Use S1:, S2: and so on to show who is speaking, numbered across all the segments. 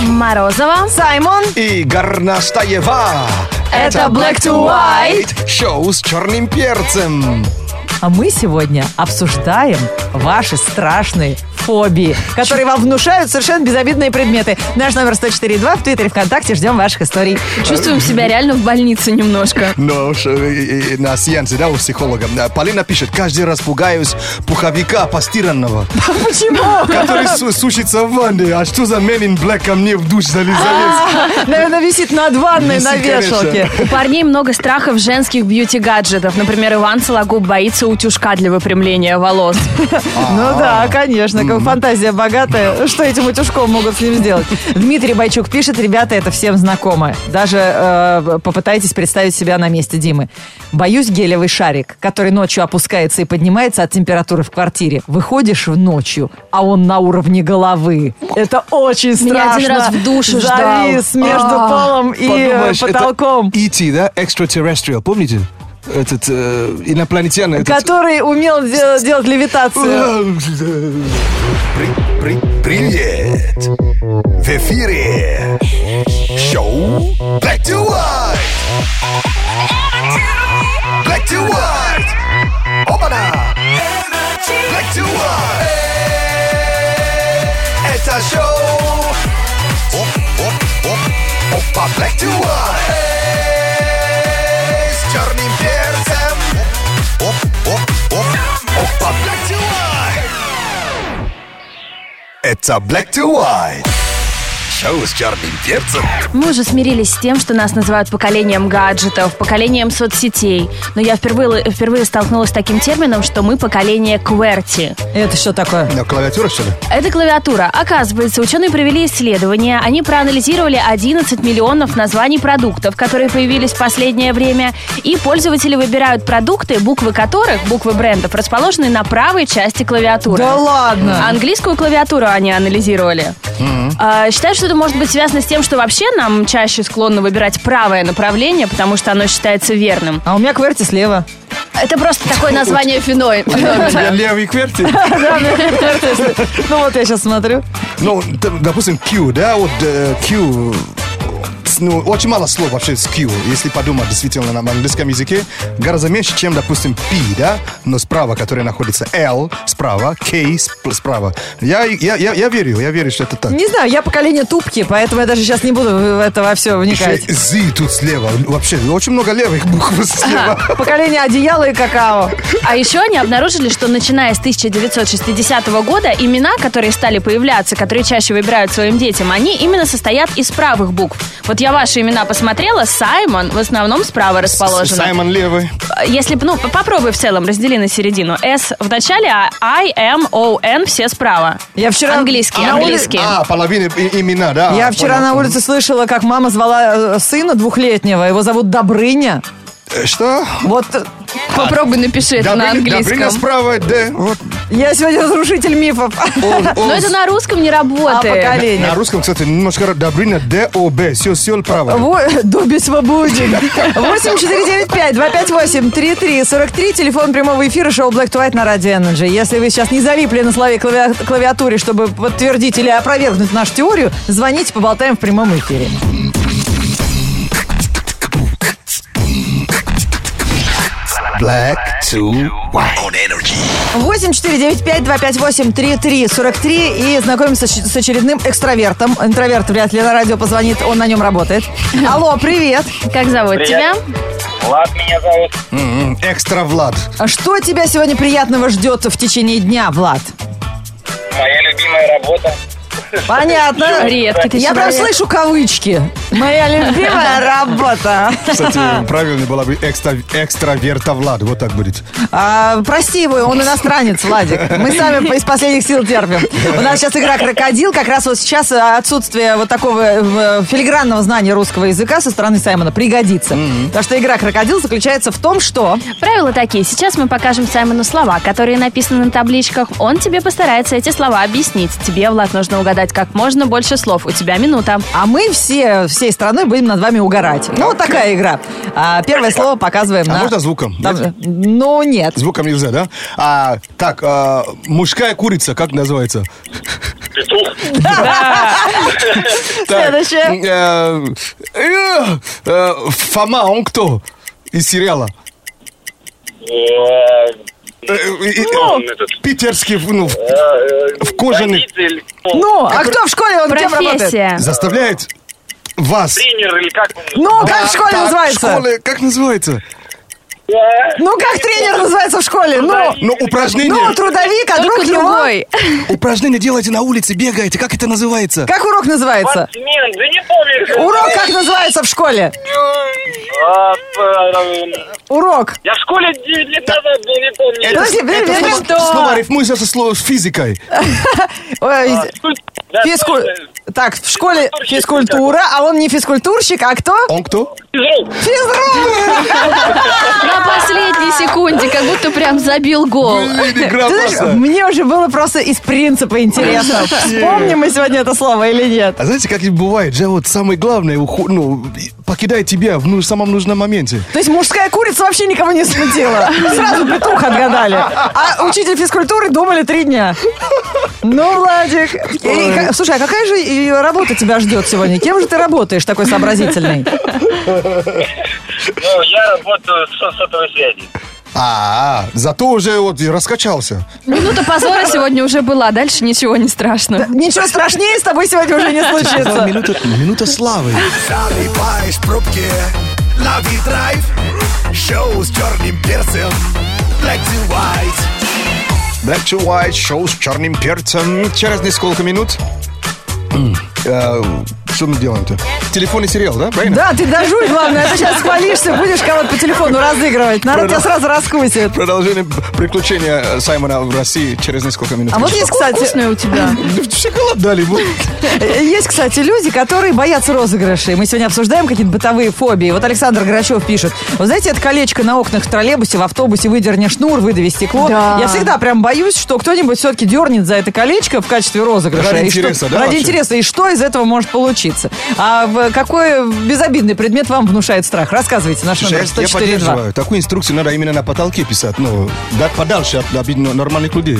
S1: Морозова.
S2: Саймон.
S3: И Горнастаева.
S1: Это Black to White.
S3: Шоу с черным перцем.
S2: А мы сегодня обсуждаем ваши страшные фобии, которые вам внушают совершенно безобидные предметы. Наш номер 104.2 в Твиттере, ВКонтакте. Ждем ваших историй.
S1: Чувствуем себя реально в больнице немножко.
S3: Но Ну, ш- э, и- и на сеансе, да, у психолога. Да, Полина пишет, каждый раз пугаюсь пуховика постиранного,
S2: Почему?
S3: который су- сушится в ванне. А что за Men in Black ко мне в душ залез?
S1: А,
S3: залез?
S2: Наверное, висит над ванной на
S3: Висит, конечно.
S2: вешалке.
S1: У парней много страхов женских бьюти-гаджетов. Например, Иван Сологуб боится утюжка для выпрямления волос.
S3: А.
S2: Ну да, конечно, как фантазия богатая. Что этим утюжком могут с ним сделать? Дмитрий Байчук пишет, ребята, это всем знакомо. Даже э, попытайтесь представить себя на месте Димы. Боюсь гелевый шарик, который ночью опускается и поднимается от температуры в квартире. Выходишь в ночью, а он на уровне головы. Это очень
S1: Меня
S2: страшно.
S1: один раз в душе ждал.
S2: Завис между
S1: А.
S2: полом и э,
S3: Подумаешь, это
S2: потолком.
S3: E.T., да? Extraterrestrial, помните? Этот э, инопланетян. этот-
S2: Который умел дел- делать левитацию.
S3: При- при- Привет! В эфире шоу Black to White! Black to White! Опана! Black to White! Это шоу! Оп, оп, оп, Опа, Black to White! С черным перцем! Оп, оп, оп, Опа, Black to White! Это Black to White. Шоу с черным перцем.
S1: Мы уже смирились с тем, что нас называют поколением гаджетов, поколением соцсетей. Но я впервые, впервые столкнулась с таким термином, что мы поколение кверти.
S2: Это что такое?
S3: На клавиатура, что ли?
S1: Это клавиатура. Оказывается, ученые провели исследование. Они проанализировали 11 миллионов названий продуктов, которые появились в последнее время. И пользователи выбирают продукты, буквы которых, буквы брендов, расположены на правой части клавиатуры.
S2: Да ладно!
S1: Английскую клавиатуру они анализировали. А, считают, что это может быть связано с тем, что вообще нам чаще склонно выбирать правое направление, потому что оно считается верным.
S2: А у меня кверти слева.
S1: Это просто такое название феной.
S3: тебя левый кверти.
S2: Ну вот я сейчас смотрю.
S3: Ну, д- допустим, Q, да, вот э, Q. С- Ну, очень мало слов вообще с Q, если подумать действительно на английском языке. Гораздо меньше, чем, допустим, P, да, но справа, которая находится L, справа, K, сп- справа. Я, я, я, я верю, я верю, что это так.
S2: Не знаю, я поколение тупки, поэтому я даже сейчас не буду в это во все вникать.
S3: Еще Z тут слева. Вообще, очень много левых букв слева.
S2: Поколение одеяла и какао.
S1: А еще они обнаружили, что начиная с 1960 года имена, которые стали появляться, которые чаще выбирают своим детям, они именно состоят из правых букв. Вот я ваши имена посмотрела, Саймон в основном справа расположен.
S3: Саймон левый.
S1: Если, б- ну, п- попробуй в целом, раздели на середину. S в начале, а I, M, O, N все справа.
S2: Я вчера-
S1: Английские,
S2: А,
S1: английские.
S3: А, половина и- имена, да.
S2: Я вчера
S3: понял.
S2: на улице слышала, как мама звала э, сына двухлетнего. Его зовут Добрыня.
S3: Э, Что?
S2: Вот э,
S1: Попробуй напиши это на
S3: Добрыня-
S1: английском.
S3: Добрыня справа, Д.
S2: я сегодня разрушитель мифов.
S3: Он- он
S1: Но это
S3: с-
S1: на русском не
S2: О
S1: работает.
S3: на
S2: поколениях.
S3: русском, кстати, немножко ра- Добрыня Д, О, Б. Все, все, право.
S2: Во- Добби свободен. 8495-258-3343. Телефон прямого эфира шоу Black to White на Радио Energy. Если вы сейчас не залипли на слове клави- клавиатуре, чтобы подтвердить или опровергнуть нашу теорию, звоните, поболтаем в прямом эфире.
S3: Black to white. On energy.
S2: 8495-258-3343 и знакомимся с с очередным экстравертом. Интроверт вряд ли на радио позвонит, он на нем работает. Алло, привет.
S1: Как зовут тебя?
S4: Привет. Влад меня зовут.
S3: М, М-м, Экстра Влад.
S2: А Что тебя сегодня приятного ждет в течение дня, Влад?
S4: Моя любимая работа.
S2: Понятно.
S1: Редкий ты
S2: Я прям
S1: человек.
S2: слышу кавычки. Моя любимая работа.
S3: Кстати, правильно была бы экстра, экстраверта Влад. Вот так будет.
S2: А, прости его, он иностранец, Владик. Мы сами по- из последних сил терпим. У нас сейчас игра «Крокодил». Как раз вот сейчас э, отсутствие вот такого э, филигранного знания русского языка со стороны Саймона пригодится. Так что игра «Крокодил» заключается в том, что...
S1: Правила такие. Сейчас мы покажем Саймону слова, которые написаны на табличках. Он тебе постарается эти слова объяснить. Тебе, Влад, нужно угадать как можно больше слов. У тебя минута.
S2: А мы все, всей страной будем над вами угорать. Ну, вот такая игра. А, первое слово показываем
S3: А
S2: на...
S3: можно звуком?
S2: Там-
S3: Нет?
S2: Ну, нет.
S3: Звуком нельзя, да? А, так, а, мужская курица, как называется?
S4: петух.
S3: Так,
S2: Следующее.
S3: э, э, э, Фома, он кто? Из сериала.
S4: Э,
S3: Э, э, э,
S2: Ну.
S4: он этот,
S3: Питерский, ну, в-
S4: э, э,
S3: В кожаный.
S4: водитель, ну,
S2: Ну, а кто в школе он кем работает?
S1: Профессия.
S3: заставляет вас.
S4: тренер или как он?
S2: Ну, как в школе
S3: А, Так,
S2: называется?
S3: школы, как называется?
S4: Э,
S2: Ну, как тренер называется в школе? Ну,
S3: Ну,
S2: ну,
S3: упражнение.
S2: трудовик, а друг
S1: Только
S2: его.
S1: другой.
S3: Упражнение делаете на улице, бегаете. Как это называется?
S2: Как урок называется?
S4: Спортсмен, да не помню. как
S2: Урок как называется в школе?
S4: он. А, Э, э,
S2: Урок.
S4: Я в школе 9 лет назад был, не помню.
S2: Подожди, блин, я
S3: Слово-
S2: не-
S3: Слово рифмуется со словом физикой.
S2: Ой,
S4: Да,
S2: физку-
S4: точно,
S2: Так, в школе физкультура, а он не физкультурщик, а кто?
S3: Он кто?
S4: физрук.
S2: Физрук!
S1: На последней секунде, как будто прям забил гол.
S3: Игра
S2: Ты знаешь,
S3: просто.
S2: мне уже было просто из принципа интересно, вспомним мы сегодня это слово или нет.
S3: А знаете, как и бывает, же вот самое главное, уху- ну, и покидает тебя в ну- самом нужном моменте.
S2: То есть мужская курица вообще никого не смутила. Сразу петух отгадали. А учитель физкультуры думали три дня. Ну, Владик. и как- слушай, а какая же и работа тебя ждет сегодня? Кем же ты работаешь такой сообразительный?
S4: Ну, я работаю с сотовой связи.
S3: А, зато уже вот и раскачался.
S5: Минута позора сегодня уже была, дальше ничего не страшно.
S2: Ничего страшнее с тобой сегодня уже не случится.
S3: Минута, минута славы.
S6: Залипаешь в пробке Лови драйв Шоу с черным перцем Black to white
S3: Black to White, шоу с черным перцем. Через несколько минут. М, э, Что мы делаем-то? Телефонный сериал, да? Правильно?
S2: Да, ты дожуй, главное, а ты сейчас спалишься, будешь кого-то по телефону разыгрывать. Народ тебя сразу раскусит.
S3: Продолжение приключения э, Саймона в России через несколько минут.
S2: А вот есть, кстати,
S5: Вкусное у тебя.
S3: шоколад дали. вот.
S2: э, есть, кстати, люди, которые боятся розыгрышей. Мы сегодня обсуждаем какие-то бытовые фобии. Вот Александр Грачев пишет. Вы знаете, это колечко на окнах в троллейбусе, в автобусе выдерни шнур, выдави стекло.
S5: Да.
S2: Я всегда прям боюсь, что кто-нибудь все-таки дернет за это колечко в качестве розыгрыша.
S3: Ради
S2: И что-
S3: интереса, да,
S2: Ради
S3: вообще?
S2: интереса. И что из этого может получиться? А в- какой безобидный предмет вам внушает страх? Рассказывайте. Наш номер
S3: Слушай, Я
S2: 104.2.
S3: поддерживаю. Такую инструкцию надо именно на потолке писать. Ну, да, подальше от обид- нормальных людей.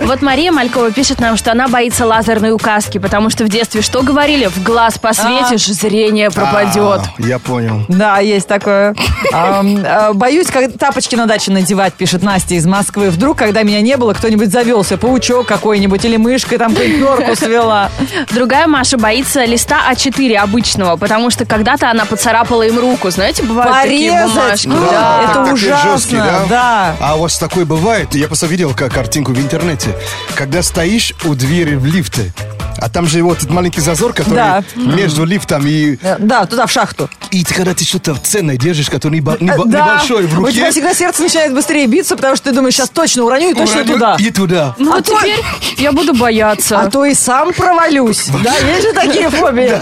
S1: Вот Мария Малькова пишет нам, что она боится лазерной указки, потому что в детстве что говорили? В глаз посветишь, зрение пропадет.
S3: А, Я понял.
S2: Да, есть такое. Ам, а, Боюсь, как тапочки на даче надевать, пишет Настя из Москвы. Вдруг, когда меня не было, кто-нибудь завелся, паучок какой-нибудь или мышка там перку свела.
S1: Другая Маша боится листа А4 обычного, потому что когда-то она поцарапала им руку. Знаете, бывают такие
S2: Порезать.
S1: бумажки.
S2: Да,
S3: так-
S2: это
S3: такой жесткий,
S2: ужасно. Да.
S3: А у вас такое бывает? Я просто видел ка- картинку в интернете. Когда стоишь у двери в лифте, а там же вот этот маленький зазор, который
S2: Да.
S3: между лифтом и...
S2: Э, Да, туда, в шахту.
S3: И ты, когда ты что-то ценное держишь, который небо-
S2: Э,
S3: небо-
S2: да.
S3: небольшой в
S2: У тебя
S3: руке...
S2: всегда сердце начинает быстрее биться, потому что ты думаешь, сейчас точно уроню и точно
S3: уронил
S2: туда.
S3: И туда.
S5: А
S1: Ну вот теперь я буду бояться.
S2: А то и сам провалюсь. Да, есть же такие фобии.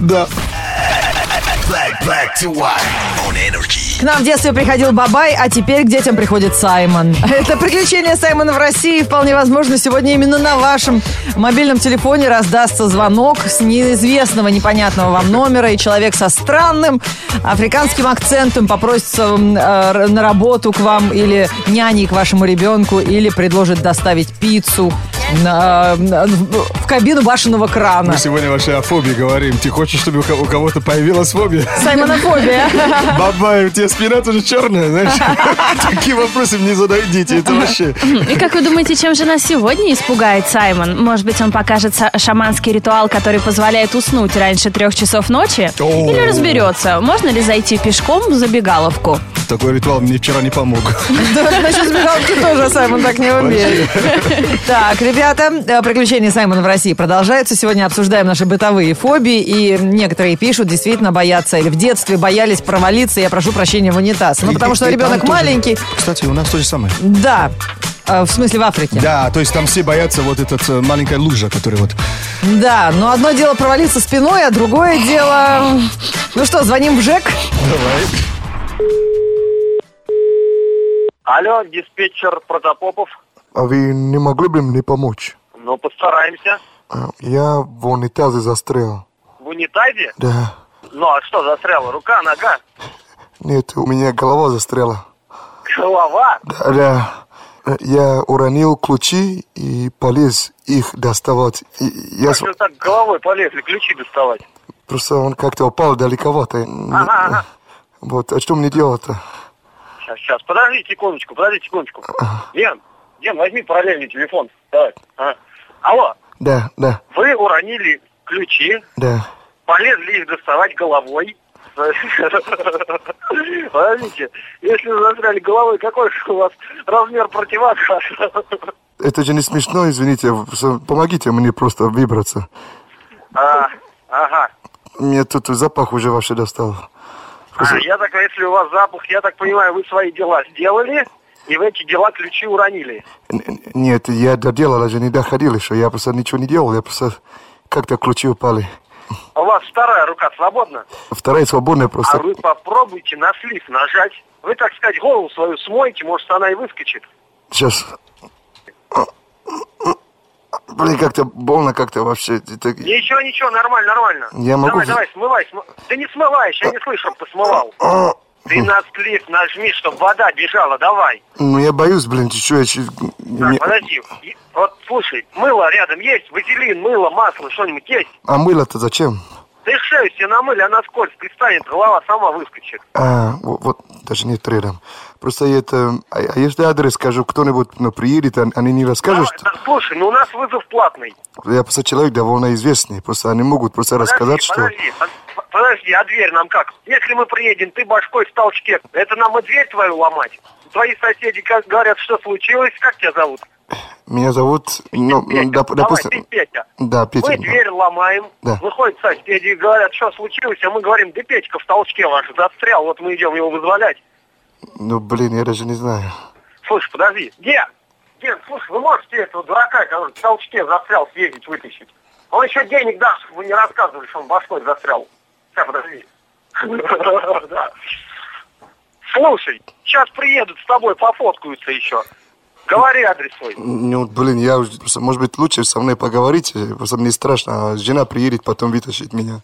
S3: Да.
S6: Black, black to white On energy
S2: К нам в детстве приходил Бабай, а теперь к детям приходит Саймон. Это приключение Саймона в России. Вполне возможно, сегодня именно на вашем мобильном телефоне раздастся звонок с неизвестного, непонятного вам номера, и человек со странным африканским акцентом попросится м, э, р- на работу к вам или няней к вашему ребенку, или предложит доставить пиццу на- на- в в кабину башенного крана.
S3: Мы сегодня вообще о фобии говорим. Ты хочешь, чтобы у ко- у кого-то появилась фобия?
S2: Саймонофобия.
S3: Баба, у тебя спина тоже черная, знаешь? Такие вопросы мне задают дети, это вообще...
S1: И как вы думаете, чем же нас сегодня испугает Саймон? Может быть, он покажет са- шаманский ритуал, который позволяет уснуть раньше трех часов ночи?
S3: О.
S1: Или разберется, можно ли зайти пешком в забегаловку?
S3: Такой ритуал мне вчера не помог.
S2: Да, насчет сбегалки тоже Саймон так не умеет. Так, ребята, э, приключения Саймона в России продолжаются. Сегодня обсуждаем наши бытовые фобии. И некоторые пишут, действительно боятся или в детстве боялись провалиться, я прошу прощения, в унитаз. Ну,
S3: И-
S2: потому
S3: и-
S2: что
S3: и там
S2: ребенок
S3: тоже.
S2: маленький.
S3: Кстати, у нас то же самое.
S2: Да, Э, в смысле в Африке.
S3: Да, то есть там все боятся вот этот э, маленькая лужа, которая вот...
S2: Да, но одно дело провалиться спиной, а другое дело... Ну что, звоним в ЖЭК?
S4: Алло, диспетчер Протопопов.
S7: А вы не могли бы мне помочь?
S4: Ну, постараемся.
S7: А, Я в унитазе застрял.
S4: В унитазе?
S7: Да.
S4: Ну, а что застряла? Рука, нога?
S7: Нет, у меня голова застряла.
S4: Голова?
S7: Да, да. Э, Я уронил ключи и полез их доставать. И я
S4: Как
S7: с-
S4: же вы так головой полезли ключи доставать?
S7: Просто он как-то упал далековато. э,
S4: Ага, ага.
S7: Вот, а что мне делать-то?
S4: Сейчас, сейчас, подожди секундочку, подожди секундочку. Лен, Лен, возьми параллельный телефон. Давай. Ага. Алло,
S7: Да, да,
S4: вы уронили ключи,
S7: да.
S4: полезли их доставать головой. Подождите, если вы застряли головой, какой же у вас размер противака?
S7: Это же не смешно, извините. Просто Помогите мне просто выбраться.
S4: А, Ага.
S7: Мне тут запах уже вообще достал.
S4: А, я так, если у вас запах, я так понимаю, вы свои дела сделали, и в эти дела ключи уронили.
S7: Н- н- Нет, я доделал, даже не доходил еще. Я просто ничего не делал, я просто как-то ключи упали.
S4: А У вас вторая рука свободна,
S7: Вторая свободная
S4: а
S7: просто.
S4: вы попробуйте на слив нажать. Вы, так сказать, голову свою смоете, может, она и выскочит.
S7: Сейчас. Блин, как-то больно как-то вообще. Это-
S4: Ничего, ничего, нормально, нормально.
S7: Я могу
S4: Давай,
S7: за-
S4: давай, смывай, смывай. Ты не смываешь, я не слышу, чтобы ты смывал.
S7: А,
S4: Ты на слив нажми, чтобы вода бежала, давай.
S7: ну я боюсь, блин, что я... чуть-
S4: Так,
S7: не-
S4: подожди. И- Вот, слушай, мыло рядом есть? Вазелин, мыло, масло, что-нибудь есть?
S7: А мыло-то зачем?
S4: Ты шею себе намыли, она скользкой станет, голова сама выскочит.
S7: А, во- вот, даже нет рядом. Просто я это... А, а если адрес скажу, кто-нибудь ну, приедет, он- они не расскажут,
S4: Давай, да, слушай, ну у нас вызов платный.
S7: что... Я просто человек довольно известный, просто они могут просто рассказать,
S4: Подожди,
S7: что...
S4: подожди, под- подожди, а дверь нам как? Если мы приедем, ты башкой в толчке, это нам и дверь твою ломать? Твои соседи как говорят, что случилось, как тебя зовут?
S7: Меня зовут... Ну,
S4: Петя.
S7: доп-
S4: Давай,
S7: допустим...
S4: ты Петя.
S7: Да, Петя.
S4: Мы
S7: да.
S4: дверь ломаем,
S7: Да.
S4: выходит соседи и говорят, что случилось, а мы говорим, да Петька в толчке ваш застрял, вот мы идем его вызволять.
S7: Ну, блин, я даже не знаю.
S4: Слушай, подожди, Ген, Ген, слушай, вы можете этого дурака, который в толчке застрял, съездить, вытащить? Он еще денег даст, чтобы вы не рассказывали, что он башкой застрял. Сейчас, подожди. Да. Слушай, сейчас приедут с тобой, пофоткаются еще. Говори адрес свой.
S7: Ну, блин, я уже... просто, Может быть, лучше со мной поговорить, просто мне страшно. а Жена приедет, потом вытащит меня.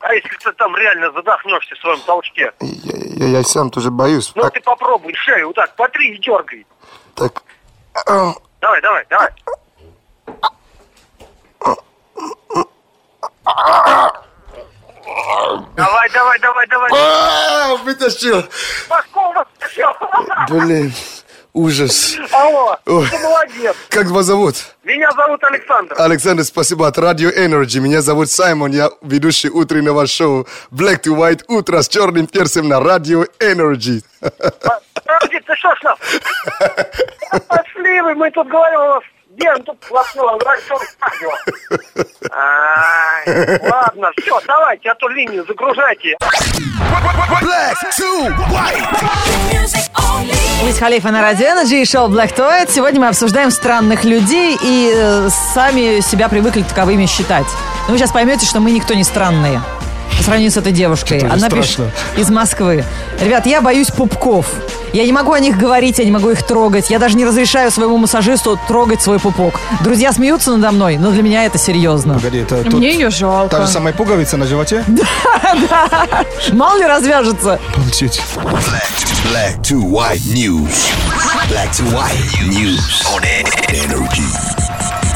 S4: А если ты там реально задохнешься в своем толчке?
S7: И Я, я- я сам тоже боюсь.
S4: Ну
S7: Так,
S4: ты попробуй шею вот так, потри и дергай.
S7: так... А,
S4: Давай, давай, давай. Давай, давай, давай, давай.
S7: а, вытащил!
S4: Пошел вас всё.
S7: Блин, ужас.
S4: Алло,
S7: Ой.
S4: ты молодец.
S7: Как вас зовут?
S4: Меня зовут Александр.
S7: Александр, спасибо от Radio Energy. Меня зовут Саймон, я ведущий утреннего шоу Black to White «Утро с черным перцем» на Radio Energy.
S4: Подожди, ты что ж нас? Да Пошли вы, мы тут говорим у вас. Ген тут плохнуло, он говорит, что вы радио. Ай, Ладно, все, давайте, а то линию загружайте.
S6: Black to white.
S2: Уиз Халифа на Радио Energy и шоу Black to White. Сегодня мы обсуждаем странных людей и э, сами себя привыкли таковыми считать. Но вы сейчас поймете, что мы никто не странные. По сравнению с этой девушкой.
S3: Что-то
S2: Она пишет
S3: страшно.
S2: из Москвы. Ребят, я боюсь пупков. Я не могу о них говорить, я не могу их трогать. Я даже не разрешаю своему массажисту трогать свой пупок. Друзья смеются надо мной, но для меня это серьезно.
S3: Погоди, это тут
S5: Мне ее
S3: та
S5: жалко.
S3: же самая пуговица на животе?
S2: Мало ли развяжется.
S3: Получить.
S6: Black to, black to white news. Black to white news on energy.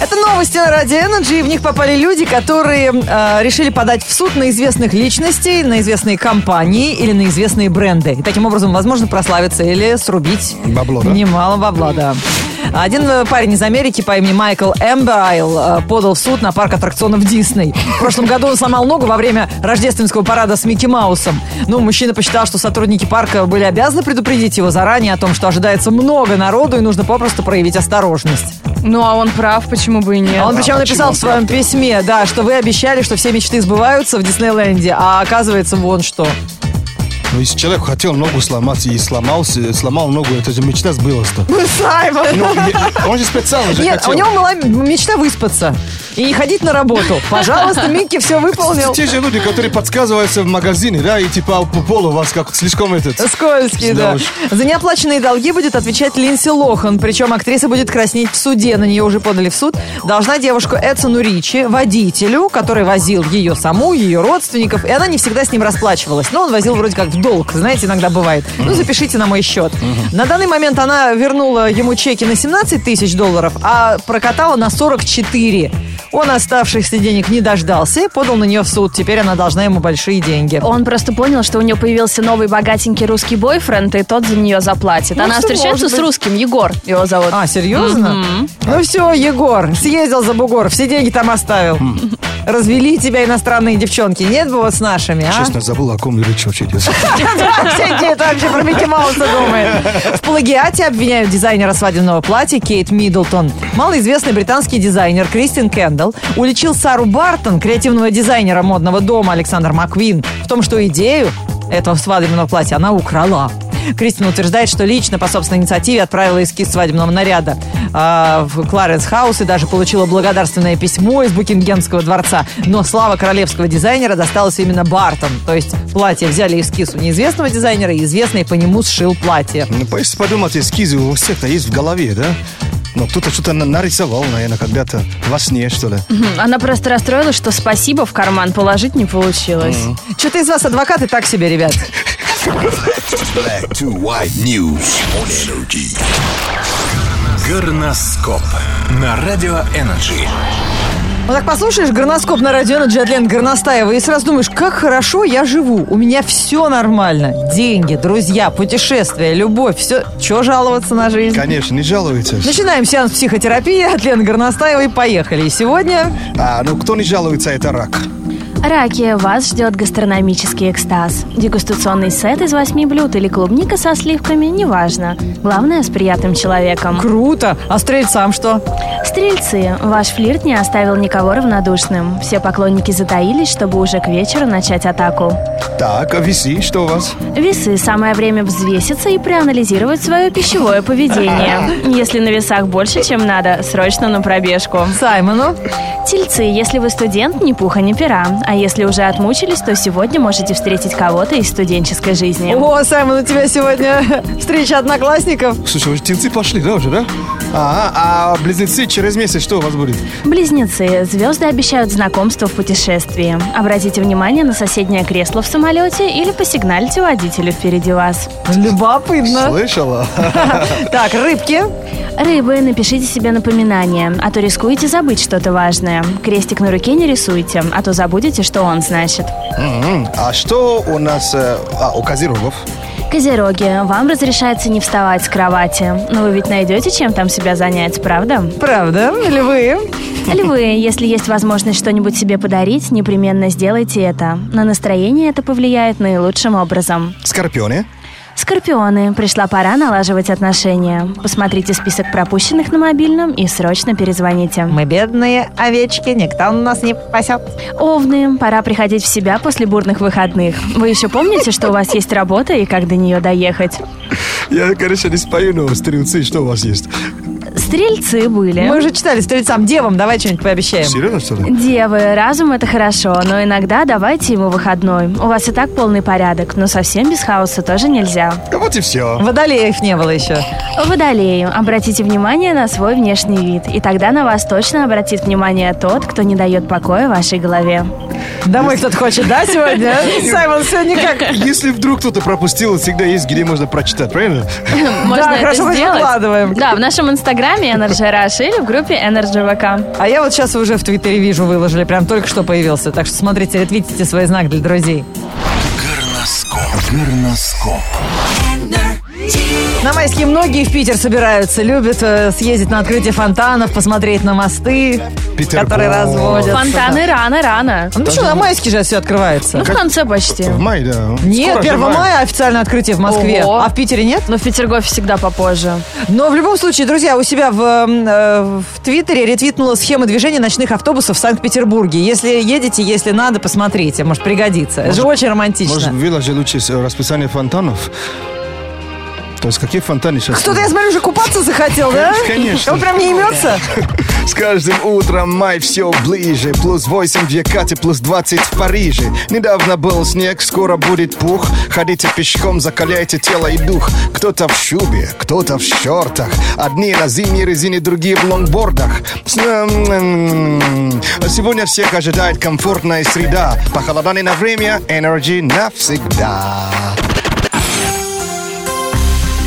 S2: Это новости на Радио Energy, и в них попали люди, которые э, решили подать в суд на известных личностей, на известные компании или на известные бренды. И таким образом, возможно, прославиться или срубить
S3: Бабло, да?
S2: немало бабла, да. Один э, парень из Америки по имени Майкл Эмбрайл э, подал в суд на парк аттракционов Дисней. В прошлом году он сломал ногу во время рождественского парада с Микки Маусом. Ну, мужчина посчитал, что сотрудники парка были обязаны предупредить его заранее о том, что ожидается много народу и нужно попросту проявить осторожность.
S5: Ну, а он прав, почему бы и нет.
S2: А он причем
S3: почему
S2: написал в своем письме, да, что вы обещали, что все мечты сбываются в Диснейленде, а оказывается вон что.
S3: Ну, если человек хотел ногу сломать и сломался, сломал ногу, это же мечта сбылась-то.
S2: Саймон!
S3: Ну, не- он же специально же
S2: Нет, а
S3: хотел.
S2: у него была мечта выспаться. и не ходить на работу. Пожалуйста, Микки все выполнил.
S3: Те же люди, которые подсказываются в магазине, да, и типа по полу вас как слишком этот...
S2: Скользкий,
S3: Да
S2: да.
S3: уж.
S2: За неоплаченные долги будет отвечать Линдси Лохан. Причем актриса будет краснеть в суде. На нее уже подали в суд. Должна девушку Эдсону Ричи, водителю, который возил ее саму, ее родственников. И она не всегда с ним расплачивалась. Но он возил вроде как в долг. Знаете, иногда бывает. Ну, запишите на мой счет. На данный момент она вернула ему чеки на 17 тысяч долларов, а прокатала на 44. Он оставшихся денег не дождался и подал на нее в суд. Теперь она должна ему большие деньги.
S1: Он просто понял, что у нее появился новый богатенький русский бойфренд, и тот за нее заплатит.
S2: Ну,
S1: Она
S2: что
S1: встречается
S2: может
S1: с
S2: быть.
S1: русским, Егор его зовут.
S2: А, серьезно? Ну все, Егор, съездил за бугор, все деньги там оставил. Развели тебя иностранные девчонки. Нет бы вот с нашими, а?
S3: Честно, забыл, о ком речь Ну, вообще идет.
S2: Всякие это вообще про Микки Мауса думает. В плагиате обвиняют дизайнера свадебного платья Кейт Миддлтон. Малоизвестный британский дизайнер Кристин Кендалл уличил Сару Бартон, креативного дизайнера модного дома Александр Маквин, в том, что идею этого свадебного платья она украла. Кристина утверждает, что лично по собственной инициативе отправила эскиз свадебного наряда а, в Кларенс Хаус и даже получила благодарственное письмо из Букингемского дворца. Но слава королевского дизайнера досталась именно Бартон. То есть платье взяли эскиз у неизвестного дизайнера, и известный по нему сшил платье.
S3: Ну, если подумать, эскизы у всех-то есть в голове, да? Но кто-то что-то на- нарисовал, наверное, когда-то во сне, что ли.
S1: Мгм. Она просто расстроилась, что спасибо в карман положить не получилось.
S2: Что-то из вас адвокаты так себе, ребят.
S6: Black to white news on energy.
S8: Горноскоп на Радио Энерджи.
S2: Вот так послушаешь горноскоп на радио Energy от Лены Горностаева и сразу думаешь, как хорошо я живу. У меня все нормально. Деньги, друзья, путешествия, любовь, все. Чего жаловаться на жизнь?
S3: Конечно, не жалуется.
S2: Начинаем сеанс психотерапии от Лены Горностаевой. Поехали. И сегодня...
S3: А, ну кто не жалуется, это рак.
S1: Раки, вас ждет гастрономический экстаз. Дегустационный сет из восьми блюд или клубника со сливками, неважно. Главное, с приятным человеком.
S2: Круто. А стрельцам что?
S1: Стрельцы, ваш флирт не оставил никого равнодушным. Все поклонники затаились, чтобы уже к вечеру начать атаку.
S3: Так, а виси, что у вас?
S1: Весы – самое время взвеситься и проанализировать свое пищевое поведение. Если на весах больше, чем надо, срочно на пробежку.
S2: Саймону.
S1: Тельцы, если вы студент, ни пуха, ни пера. А если уже отмучились, то сегодня можете встретить кого-то из студенческой жизни.
S2: О, Саймон, у тебя сегодня встреча одноклассников.
S3: Слушай, уже тельцы пошли, да, уже, да? А, а близнецы через месяц что у вас будет?
S1: Близнецы, звезды обещают знакомство в путешествии. Обратите внимание на соседнее кресло в самолете или посигналите водителю впереди вас.
S2: Любопытно.
S3: Слышала?
S2: Так, рыбки.
S1: Рыбы, напишите себе напоминание, а то рискуете забыть что-то важное. Крестик на руке не рисуйте, а то забудете, что он значит.
S3: Мгм. А что у нас э, а, у козерогов?
S1: Козероги, вам разрешается не вставать с кровати, но вы ведь найдете, чем там себя занять, правда?
S2: Правда. Львы.
S1: Львы, если есть возможность что-нибудь себе подарить, непременно сделайте это. На настроение это повлияет наилучшим образом.
S3: Скорпионы?
S1: Скорпионы, пришла пора налаживать отношения. Посмотрите список пропущенных на мобильном и срочно перезвоните.
S2: Мы бедные овечки, никто у нас не пасет.
S1: Овны, пора приходить в себя после бурных выходных. Вы еще помните, что у вас есть работа и как до нее доехать?
S3: Я, конечно, не спою, но стрелцы, что у вас есть?
S1: Стрельцы были.
S2: Мы уже читали стрельцам, девам, давай что-нибудь пообещаем.
S3: Серьезно, что ли?
S1: Девы, разум это хорошо, но иногда давайте ему выходной. У вас и так полный порядок, но совсем без хаоса тоже нельзя.
S3: Э, Вот и все.
S2: Водолеев не было еще.
S1: Водолеи, обратите внимание на свой внешний вид, и тогда на вас точно обратит внимание тот, кто не дает покоя вашей голове.
S2: Домой кто-то хочет, да, сегодня? Саймон сегодня как?
S3: Если вдруг кто-то пропустил, всегда есть, где можно прочитать, правильно?
S1: Можно
S2: Да,
S1: это
S2: хорошо, мы
S1: сделать.
S2: выкладываем.
S1: Да, в нашем инстаграме Energy Rush или в группе Energy VK.
S2: А я вот сейчас уже в Твиттере вижу, выложили, прям только что появился. Так что смотрите, ретвитите свой знак для друзей.
S8: Горноскоп. Горноскоп.
S2: На майские многие в Питер собираются, любят э, съездить на открытие фонтанов, посмотреть на мосты,
S3: Петербург.
S2: которые разводят.
S1: Фонтаны рано-рано.
S2: Ну что, на майске же все открывается.
S1: Ну, в конце почти.
S3: В мае, да.
S2: Нет,
S3: Скоро же
S2: 1
S3: май.
S2: мая официальное открытие в Москве,
S1: Ого.
S2: а в Питере нет.
S1: Но в Петергофе всегда попозже.
S2: Но в любом случае, друзья, у себя в, м, э, в Твиттере ретвитнула схема движения ночных автобусов в Санкт-Петербурге. Если едете, если надо, посмотрите, может пригодится. Это же очень романтично.
S3: Может, выложи лучше с- расписание фонтанов? То есть какие фонтаны сейчас?
S2: Кто-то, я смотрю, уже купаться захотел, да?
S3: Конечно.
S2: Он прям не имется?
S3: С каждым утром май все ближе Плюс 8 в Якате, плюс 20 в Париже Недавно был снег, скоро будет пух Ходите пешком, закаляйте тело и дух Кто-то в шубе, кто-то в шортах Одни на зимней резине, другие в лонгбордах С- м-м-м. Сегодня всех ожидает комфортная среда Похолодание на время, energy навсегда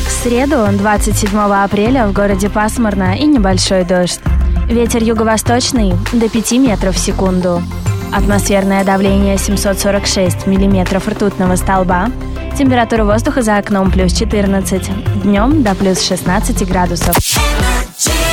S1: В среду, 27 апреля, в городе пасмурно и небольшой дождь. Ветер юго-восточный до 5 метров в секунду. Атмосферное давление 746 миллиметров ртутного столба. Температура воздуха за окном плюс 14. Днем до плюс 16 градусов.
S9: energy.